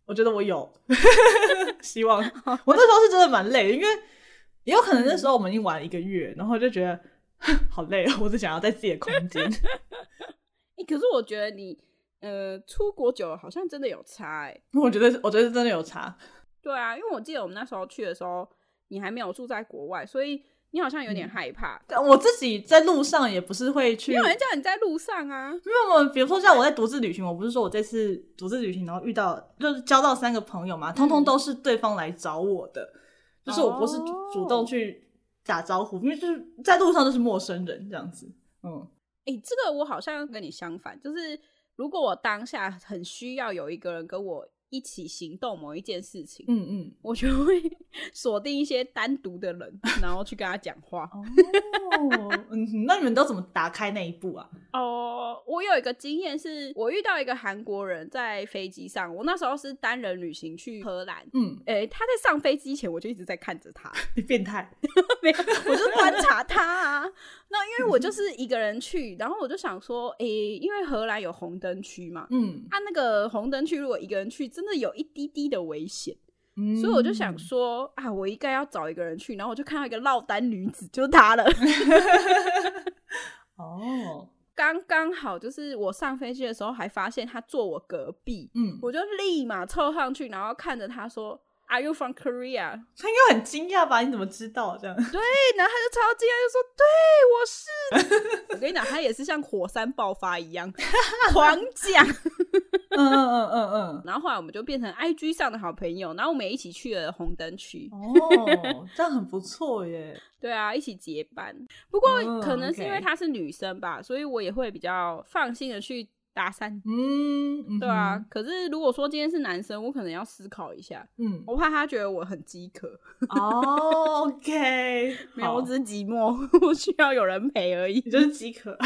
Speaker 3: 我觉得我 有希望。我那时候是真的蛮累的，因为也有可能那时候我们已经玩了一个月，然后就觉得好累哦，我只想要在自己的空间。
Speaker 2: 哎、可是我觉得你呃出国久了，好像真的有差哎、
Speaker 3: 我觉得，我觉得真的有差。
Speaker 2: 对啊，因为我记得我们那时候去的时候，你还没有住在国外，所以你好像有点害怕。
Speaker 3: 但我自己在路上也不是会去，
Speaker 2: 没
Speaker 3: 因
Speaker 2: 有
Speaker 3: 为
Speaker 2: 人叫你在路上啊，
Speaker 3: 我比如说像我在独自旅行，我不是说我这次独自旅行，然后遇到就是交到三个朋友嘛，通通都是对方来找我的，就是我不是
Speaker 2: 哦
Speaker 3: 主动去打招呼，因为就是在路上都是陌生人这样子，嗯，
Speaker 2: 诶，这个我好像跟你相反，就是如果我当下很需要有一个人跟我一起行动某一件事情，
Speaker 3: 嗯嗯，
Speaker 2: 我就会 锁定一些单独的人，然后去跟他讲 话。
Speaker 3: 哦，嗯哼，那你们都怎么打开那一步啊？
Speaker 2: 哦，我有一个经验是，我遇到一个韩国人在飞机上，我那时候是单人旅行去荷兰。
Speaker 3: 嗯，
Speaker 2: 诶，他在上飞机前，我就一直在看着他，
Speaker 3: 你变态，
Speaker 2: 没有，我就观察他啊。那因为我就是一个人去，然后我就想说，诶，因为荷兰有红灯区嘛，
Speaker 3: 嗯，
Speaker 2: 啊他那个红灯区，如果一个人去，真的有一滴滴的危险，
Speaker 3: 嗯
Speaker 2: 所以我就想说啊，我应该要找一个人去，然后我就看到一个落单女子，就是她了，
Speaker 3: 哦，
Speaker 2: 刚刚好就是我上飞机的时候还发现她坐我隔壁，
Speaker 3: 嗯，
Speaker 2: 我就立马凑上去，然后看着她说。Are you from Korea？哎，
Speaker 3: 他应该很惊讶吧？你怎么知道这样？
Speaker 2: 然后她就超惊讶，就说：“对，我是。”我跟你讲，她也是像火山爆发一样狂讲。
Speaker 3: 嗯嗯嗯嗯
Speaker 2: 然后后来我们就变成 IG 上的好朋友，然后我们也一起去了红灯区。
Speaker 3: 嗯，哦，这样很不错耶。
Speaker 2: 对啊，一起结伴。不过
Speaker 3: 嗯
Speaker 2: 可能是
Speaker 3: OK
Speaker 2: 因为她是女生吧，所以我也会比较放心的去搭讪。
Speaker 3: 嗯，嗯
Speaker 2: 对啊，，可是如果说今天是男生，我可能要思考一下，
Speaker 3: 嗯，
Speaker 2: 我怕他觉得我很饥渴。
Speaker 3: 哦，OK，
Speaker 2: 没有，我
Speaker 3: 好
Speaker 2: 只是寂寞， 我需要有人陪而已。
Speaker 3: 你就是饥渴。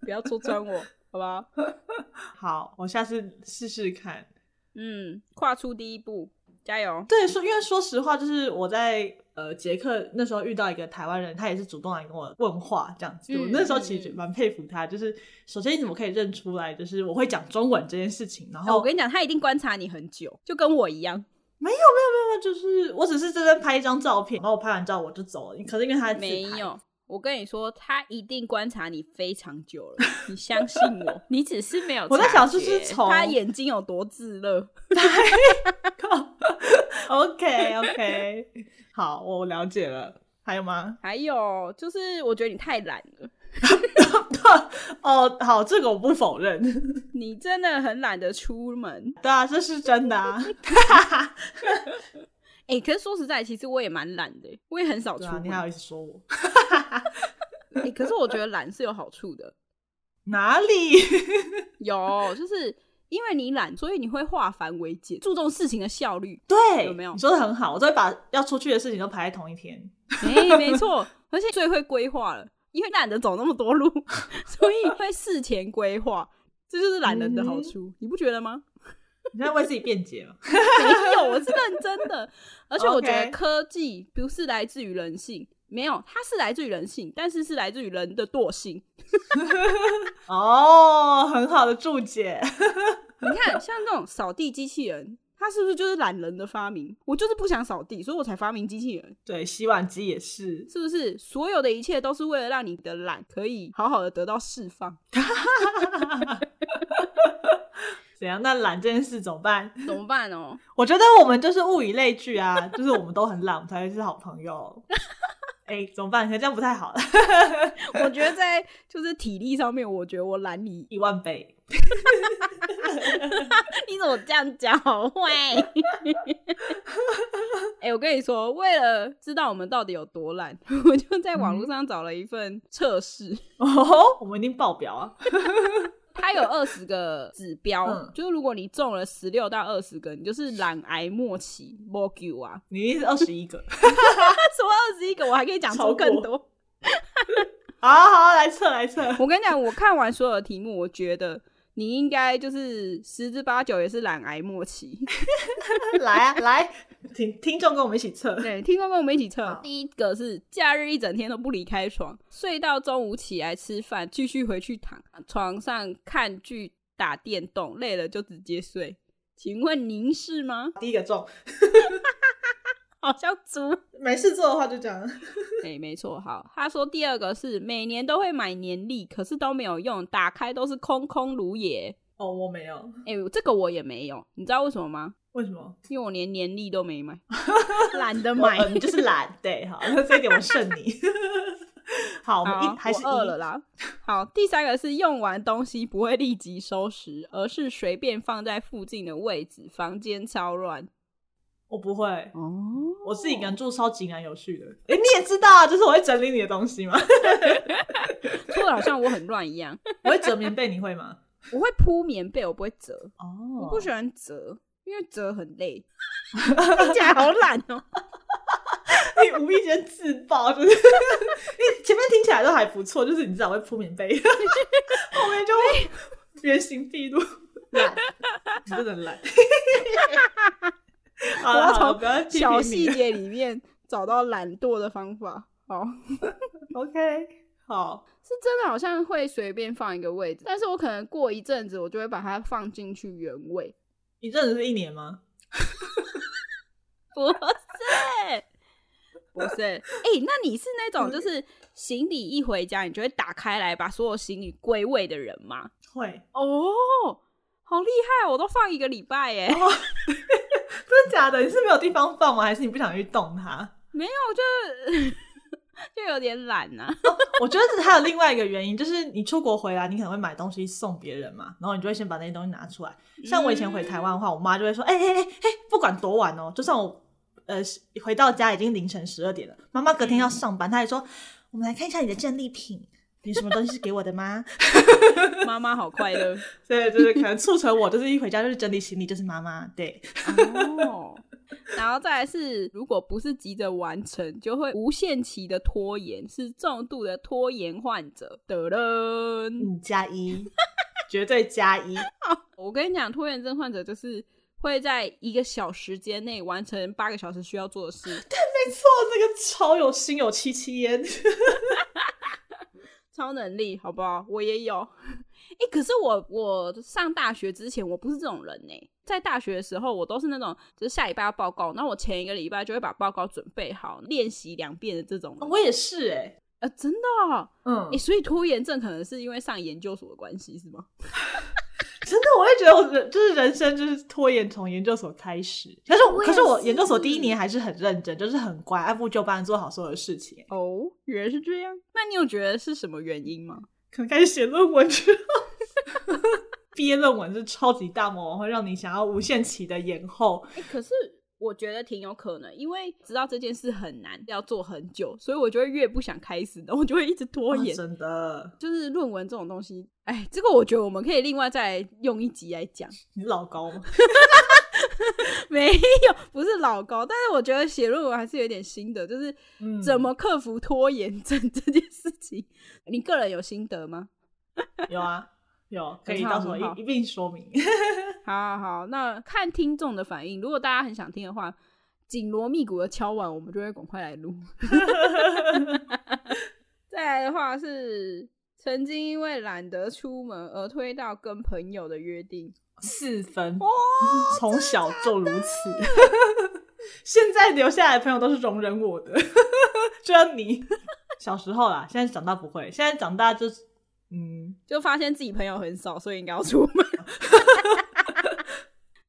Speaker 2: 不要戳穿我，好不好？
Speaker 3: 好，我下次试试看。
Speaker 2: 嗯，跨出第一步，加油。
Speaker 3: 对，说因为说实话，就是我在呃捷克那时候遇到一个台湾人，他也是主动来跟我问话这样子。
Speaker 2: 嗯
Speaker 3: 我那时候
Speaker 2: 嗯
Speaker 3: 其实
Speaker 2: 嗯
Speaker 3: 蛮佩服他，就是首先你怎么可以认出来，就是我会讲中文这件事情，然
Speaker 2: 哎
Speaker 3: 后、
Speaker 2: 我跟你讲，他一定观察你很久，就跟我一样。
Speaker 3: 那么就是我只是真正拍一张照片，然后我拍完照我就走了。可是因为他自拍
Speaker 2: 没，有，我跟你说，他一定观察你非常久了，你相信我， 你只是没有察觉。
Speaker 3: 我在想是不是从
Speaker 2: 他眼睛有多炙热？
Speaker 3: OK OK，好，我了解了。还有吗？
Speaker 2: 还有就是，我觉得你太懒了，
Speaker 3: 哦，好，这个我不否认。
Speaker 2: 你真的很懒得出门。
Speaker 3: 对啊，这是真的 啊。
Speaker 2: 哎、可是说实在，其实我也蛮懒的，我也很少出
Speaker 3: 对啊，
Speaker 2: 门。
Speaker 3: 你还好意思说我
Speaker 2: 哎、可是我觉得懒是有好处的，
Speaker 3: 哪里？
Speaker 2: 有就是。因为你懒，所以你会化繁为简，注重事情的效率。
Speaker 3: 对，
Speaker 2: 有没有
Speaker 3: 你说的很好，我都会把要出去的事情都排在同一天。
Speaker 2: 哎、没错，而且最会规划了，因为懒得走那么多路， 所以会事前规划，这就是懒人的好处，你不觉得吗？
Speaker 3: 你在为自己辩解 吗？
Speaker 2: 没有，我是认真的。而且我觉得
Speaker 3: OK
Speaker 2: 科技不是来自于人性，没有，它是来自于人性，但是是来自于人的惰性。
Speaker 3: 哦，很好的注解。
Speaker 2: 你看，像这种扫地机器人。它是不是就是懒人的发明？我就是不想扫地，所以我才发明机器人，
Speaker 3: 对，洗碗机也是。
Speaker 2: 是不是？所有的一切都是为了让你的懒可以好好的得到释放。
Speaker 3: 怎样？那懒这件事怎么办？
Speaker 2: 怎么办哦？
Speaker 3: 我觉得我们就是物以类聚啊， 就是我们都很懒，我们才会是好朋 友。哎、怎么办？可能这样不太好，
Speaker 2: 我觉得在就是体力上面，我觉得我懒你。
Speaker 3: 一万 倍。
Speaker 2: 你怎么这样讲？好坏？哎、我跟你说，为了知道我们到底有多懒，我就在网络
Speaker 3: 嗯
Speaker 2: 上找了一份测试，
Speaker 3: 哦，我们一定爆表啊！
Speaker 2: 它有二十个指标，
Speaker 3: 嗯
Speaker 2: 就是如果你中了十六到二十个，你就是懒癌末期 m o g u 啊。
Speaker 3: 你一定是二十一个。
Speaker 2: 什么二十一个？我还可以讲出
Speaker 3: 超过
Speaker 2: 更多。
Speaker 3: 好好，来测来测。
Speaker 2: 我跟你讲，我看完所有的题目，我觉得你应该就是十之八九也是懒癌末期。
Speaker 3: 来啊来，听听众跟我们一起测。
Speaker 2: 对，听众跟我们一起测
Speaker 3: 好。
Speaker 2: 第一个是假日一整天都不离开床，睡到中午起来吃饭，继续回去躺床上看剧、打电动，累了就直接睡。请问您是吗？
Speaker 3: 第一个中，
Speaker 2: 好像猪。
Speaker 3: 没事做的话就这样。
Speaker 2: 哎、没错。好，他说第二个是每年都会买年历，可是都没有用，打开都是空空如也。
Speaker 3: 哦，我没有，
Speaker 2: 哎、这个我也没有，你知道为什么吗？
Speaker 3: 为什么？
Speaker 2: 因为我连年历都没 买，懒得买。
Speaker 3: 呃你就是懒，对，好，那这一点我胜你。 好，我们
Speaker 2: 好
Speaker 3: 一还是一
Speaker 2: 我饿了啦。好，第三个是用完东西不会立即收拾，而是随便放在附近的位置，房间超乱。
Speaker 3: 我不会，
Speaker 2: 哦，
Speaker 3: 我自己一个人住超井然有序的。哎、你也知道啊，就是我会整理你的东西嘛，
Speaker 2: 说的好像我很乱一样。
Speaker 3: 我会折棉被，你会吗？
Speaker 2: 我会铺棉被，我不会折，
Speaker 3: 哦，
Speaker 2: 我不喜欢折，因为折很 累。听起来好懒哦。
Speaker 3: 你无意间自爆，就是你前面听起来都还不错，就是你至少会铺棉被， 后面就会 原形毕露，懒， 你真的懒。好
Speaker 2: 我
Speaker 3: 了
Speaker 2: 要
Speaker 3: 好了，
Speaker 2: 从
Speaker 3: 不要批评
Speaker 2: 小
Speaker 3: 你
Speaker 2: 细
Speaker 3: 了
Speaker 2: 节里面找到懒惰的方法。好，
Speaker 3: ，OK，好，
Speaker 2: 是真的好像会随便放一个位置，但是我可能过一阵子，我就会把它放进去原位。
Speaker 3: 你这只是一年吗？
Speaker 2: 不 是，不是。哎、那你是那种就是行李一回家，你就会打开来把所有行李归位的人吗？
Speaker 3: 会，
Speaker 2: 哦，好厉害！我都放一个礼拜耶。
Speaker 3: 真的假的？你是没有地方放吗？还是你不想去动它？
Speaker 2: 没有，就 就有点懒啊呐、
Speaker 3: 我觉得还有另外一个原因，就是你出国回来，你可能会买东西送别人嘛，然后你就会先把那些东西拿出来。像我以前回台湾的话，我妈就会说：“哎哎哎哎，不管多晚哦，就算我呃回到家已经凌晨十二点了，妈妈隔天要上班，她还说：我们来看一下你的战利品，你有什么东西是给我的 吗？
Speaker 2: 妈妈好快乐
Speaker 3: 所以就是可能促成我就是一回家就是整理行李，就是妈妈对。
Speaker 2: 哦。然后再来是，如果不是急着完成，就会无限期的拖延，是重度的拖延患者。得了，
Speaker 3: 嗯，加一， 绝对加一。
Speaker 2: 我跟你讲，拖延症患者就是会在一个小时间内完成八个小时需要做的 事，
Speaker 3: 没错，这个超有心有戚 戚焉。
Speaker 2: 超能力，好不好？我也有。 哎、可是我我上大学之前我不是这种人呢、在大学的时候我都是那种就是下礼拜要报告，那我前一个礼拜就会把报告准备好，练习两遍的这种人。
Speaker 3: 我也是哎、
Speaker 2: 呃，真的、哦，
Speaker 3: 嗯
Speaker 2: 哎、，所以拖延症可能是因为上研究所的关系，是吗？
Speaker 3: 真的，我会觉得我人就是人生就是拖延从研究所开始，可是我
Speaker 2: 我也
Speaker 3: 可是我
Speaker 2: 是
Speaker 3: 研究所第一年还是很认真，就是很乖，按部就班做好所有的事情。
Speaker 2: 哦，原来是这样。那你有觉得是什么原因吗？
Speaker 3: 可能开始写论文之后， 毕业论文是超级大魔王，会让你想要无限期的延后。
Speaker 2: 欸可是我觉得挺有可能，因为知道这件事很难，要做很久，所以我就会越不想开始，然后我就会一直拖
Speaker 3: 哦
Speaker 2: 延。
Speaker 3: 真的，
Speaker 2: 就是论文这种东西，哎，这个我觉得我们可以另外再用一集来 讲。
Speaker 3: 你老高吗？
Speaker 2: 没有，不是老高，但是我觉得写论文还是有点心得，就是
Speaker 3: 嗯
Speaker 2: 怎么克服拖延症这件事情。你个人有心得吗？
Speaker 3: 有啊？有，可以
Speaker 2: 很好
Speaker 3: 到时候
Speaker 2: 很好
Speaker 3: 一一并说明。
Speaker 2: 好好好，那看听众的反应，如果大家很想听的话，紧锣密鼓的敲完，我们就会赶快来录。再来的话是曾经因为懒得出门而推到跟朋友的约定。
Speaker 3: 四分，从小就如 此。现在留下来的朋友都是容忍我的， 就像你小时候啦，现在长大不会，现在长大就是嗯，
Speaker 2: 就发现自己朋友很少，所以应该要出门。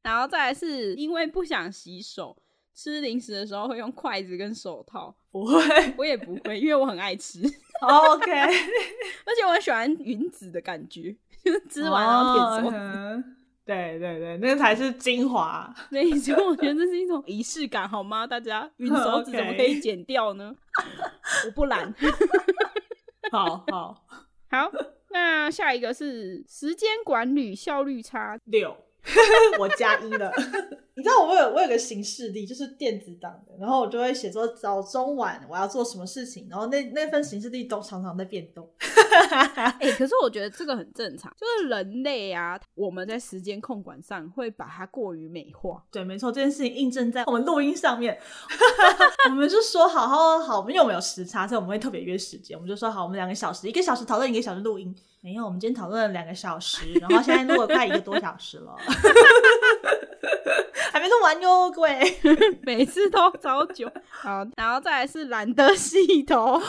Speaker 2: 然后再来是因为不想洗手，吃零食的时候会用筷子跟手套。
Speaker 3: 不会。
Speaker 2: 我也不会，因为我很爱吃， 而
Speaker 3: OK，
Speaker 2: 且我很喜欢吮指的感觉，就是吃完然后舔手
Speaker 3: 哦。嗯对对对，那才是精华。
Speaker 2: 所以，所以我觉得这是一种仪式感，好吗？大 家吮手指怎么可以剪掉 呢？我不 懒。
Speaker 3: 好好
Speaker 2: 好，那下一个是时间管理效率差，
Speaker 3: 六， 我加一了。 你知道我有我有个行事历，就是电子档的，然后我就会写说早中晚我要做什么事情，然后那那份行事历都常常在变动。
Speaker 2: 哎、可是我觉得这个很正常，就是人类啊，我们在时间控管上会把它过于美化。
Speaker 3: 对，没错，这件事情印证在我们录音上面。 我们就说好好好，因为我们有时差，所以我们会特别约时间。我们就说好，我们两个小时，一个小时讨论，一个小时录音。没有，我们今天讨论了两个小时，然后现在录了快一个多小时了， 还没录完哟，各位。
Speaker 2: 每次都超久。好，然后再来是懒得洗头，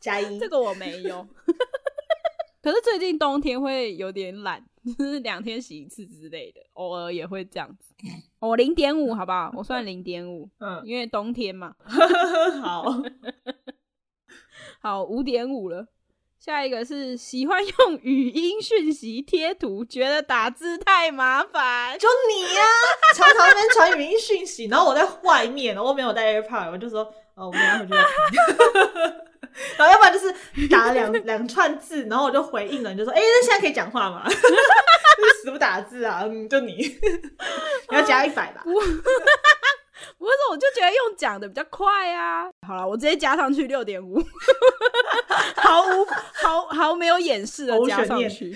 Speaker 3: 加一
Speaker 2: 这，个我没有。 可是最近冬天会有点懒，就是两天洗一次之类的，偶尔也会这样子。我零点五好不好？我算零点五，
Speaker 3: 嗯，
Speaker 2: 因为冬天嘛。
Speaker 3: 好，
Speaker 2: 好，五点五了。下一个是喜欢用语音讯息贴图，觉得打字太麻烦。
Speaker 3: 就你呀、 常常在那边传语音讯息，然后我在外面，然后我没有带 AirPod，我就说，哦，我等一下回去再看。 然后要不然就是 打两两串字，然后我就回应了，你就说，哎、那现在可以讲话吗？ 就是死不打字啊，嗯，就你， 你要加一百吧。
Speaker 2: 不是，我就觉得用讲的比较快啊。好了，我直接加上去六点五， 毫无毫毫没有掩饰的
Speaker 3: 毫无
Speaker 2: 加
Speaker 3: 悬
Speaker 2: 上
Speaker 3: 念
Speaker 2: 去。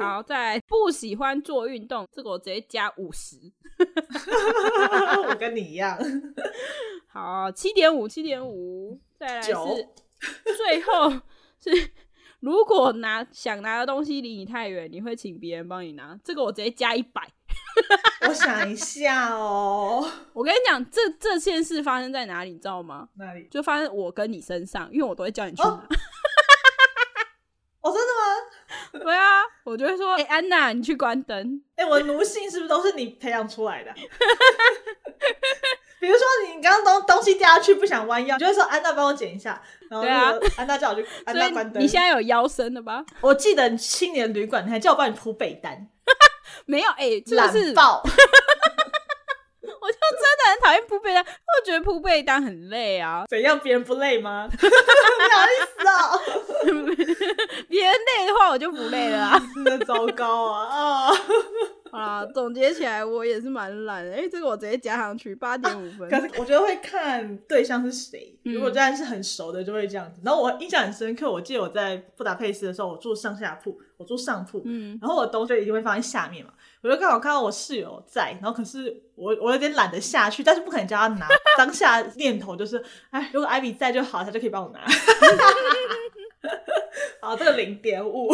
Speaker 2: 好，再来不喜欢做运动，这个我直接加五十。
Speaker 3: 我跟你一样，
Speaker 2: 好，七点五，七点五。再来是
Speaker 3: 九
Speaker 2: 最后是，如果拿想拿的东西离你太远，你会请别人帮你拿，这个我直接加一百。
Speaker 3: 我想一下哦，
Speaker 2: 我跟你讲，这这件事发生在哪里，你知道吗？
Speaker 3: 那里
Speaker 2: 就发生我跟你身上，因为我都会叫你去拿。
Speaker 3: 哦 哦，真的吗？
Speaker 2: 对啊，我就会说，哎、安娜，你去关灯。
Speaker 3: 哎、我的奴性是不是都是你培养出来的？啊 比如说你刚刚东东西掉下去不想弯腰，你就会说安娜帮我捡一下，然后
Speaker 2: 对啊
Speaker 3: 那个安娜叫我去安
Speaker 2: 所
Speaker 3: 娜关
Speaker 2: 以
Speaker 3: 灯。
Speaker 2: 你现在有腰身了吧？
Speaker 3: 我记得青年旅馆你还叫我帮你铺被单，
Speaker 2: 没有，哎、这
Speaker 3: 懒
Speaker 2: 个是
Speaker 3: 爆，
Speaker 2: 我 就真的很讨厌铺被单，我觉得铺被单很累 啊，
Speaker 3: 怎样别人不累吗？ 不好意思哦，
Speaker 2: 别人累的话我就不 累了啊。
Speaker 3: 真的糟糕啊！啊，
Speaker 2: 好啦，总结起来我也是蛮懒的，哎、这个我直接加上去八点五分
Speaker 3: 啊可。是我觉得会看对象是谁，
Speaker 2: 嗯
Speaker 3: 如果真的是很熟的，就会这样子。然后我印象很深刻，我记得我在布达佩斯的时候，我住上下铺，我住上铺，
Speaker 2: 嗯，
Speaker 3: 然后我的东西就一定会放在下面嘛，我就刚好看到我室友在，然后可是我我有点懒得下去，但是不可能叫他拿，当下念头就是，哎，如果艾比在就好，他就可以帮我拿。 好，这个零点五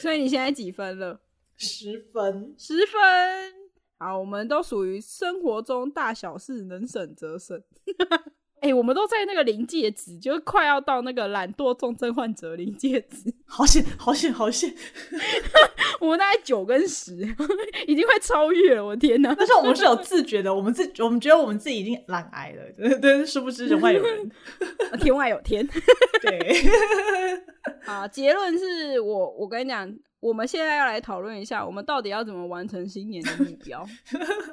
Speaker 2: 所以你现在几分了？
Speaker 3: 十分，
Speaker 2: 十分。好，我们都属于生活中大小事能省则 省。哎、我们都在那个临界值，就是快要到那个懒惰重症患者临界值。
Speaker 3: 好险，好险，好险！
Speaker 2: 我们大概九跟十，已经快超越了。我的天哪！
Speaker 3: 但是我们是有自觉的，我们自我们觉得我们自己已经懒癌了， 对对，殊不知人外有人。
Speaker 2: 呃天外有天。
Speaker 3: 对，
Speaker 2: 啊，结论是我，我跟你讲，我们现在要来讨论一下，我们到底要怎么完成新年的目 标。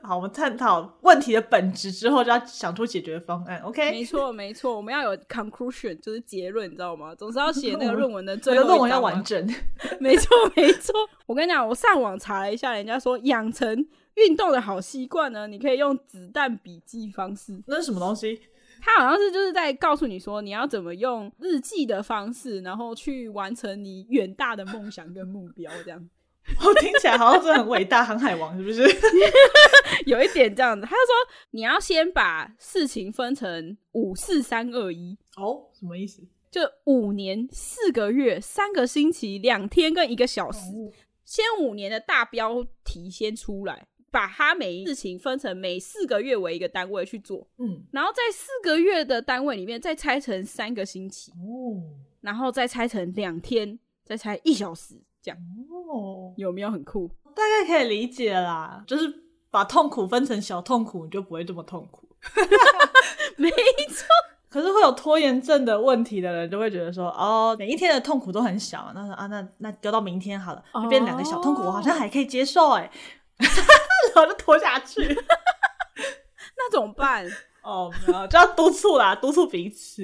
Speaker 3: 好，我们探讨问题的本质之后，就要想出解决方案。OK，
Speaker 2: 没错，没错，我们要有 conclusion，就是结论，你知道吗？总是要写那个论文的
Speaker 3: 我
Speaker 2: 最
Speaker 3: 的
Speaker 2: 后一章嘛。
Speaker 3: 论文要完整。
Speaker 2: 没错， 没错。我跟你讲，我上网查了一下，人家说养成运动的好习惯呢，你可以用子弹笔记方式。
Speaker 3: 那是什么东西？
Speaker 2: 它好像是就是在告诉你说，你要怎么用日记的方式，然后去完成你远大的梦想跟目标，这样
Speaker 3: 我听起来好像真的很伟大，航海王是不是？
Speaker 2: 有一点这样子。他就说，你要先把事情分成五、四、三、二、一。
Speaker 3: 哦，什么意思？
Speaker 2: 就五年四个月三个星期两天跟一个小时，先五年的大标题先出来，把它每一事情分成每四个月为一个单位去做，
Speaker 3: 嗯，
Speaker 2: 然后在四个月的单位里面再拆成三个星期，
Speaker 3: 哦，
Speaker 2: 然后再拆成两天，再拆一小时，这样
Speaker 3: 哦，
Speaker 2: 有没有很酷？
Speaker 3: 大概可以理解啦，就是把痛苦分成小痛苦，你就不会这么痛苦。
Speaker 2: 没
Speaker 3: 可是会有拖延症的问题的人，就会觉得说，哦，每一天的痛苦都很小，那说啊，那那丢到明天好了，就变两个小痛苦，
Speaker 2: 哦
Speaker 3: 我好像还可以接受哎、然后就拖下去。
Speaker 2: 那怎么办？
Speaker 3: 哦，没有就要督促啦，督促彼此。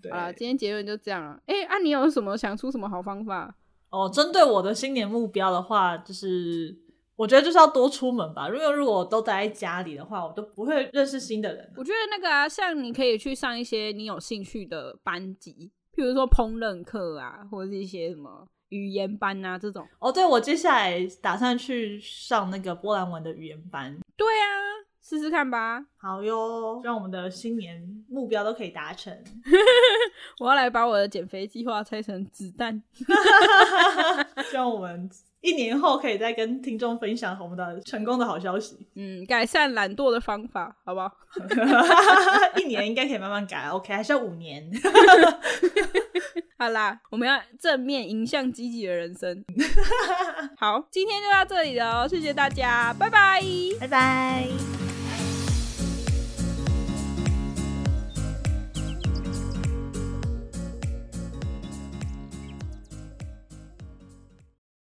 Speaker 3: 对
Speaker 2: 好啦，今天结论就这样了。哎、啊，你有什么想出什么好方法？
Speaker 3: 哦，针对我的新年目标的话，就是我觉得就是要多出门吧。因为如果我都待在家里的话，我都不会认识新的人啊。
Speaker 2: 我觉得那个啊，像你可以去上一些你有兴趣的班级，譬如说烹饪课啊，或者是一些什么语言班啊这种。
Speaker 3: 哦，对，我接下来打算去上那个波兰文的语言班。
Speaker 2: 对啊，试试看吧。
Speaker 3: 好哟，让我们的新年目标都可以达成。
Speaker 2: 我要来把我的减肥计划拆成子弹。
Speaker 3: 希望我们一年后可以再跟听众分享我们的成功的好消息。
Speaker 2: 嗯，改善懒惰的方法，好不好？
Speaker 3: 一年应该可以慢慢改，OK，还是啊要五年。
Speaker 2: 好啦，我们要正面迎向积极的人生。好，今天就到这里了哦，谢谢大家，拜拜。
Speaker 3: 拜拜。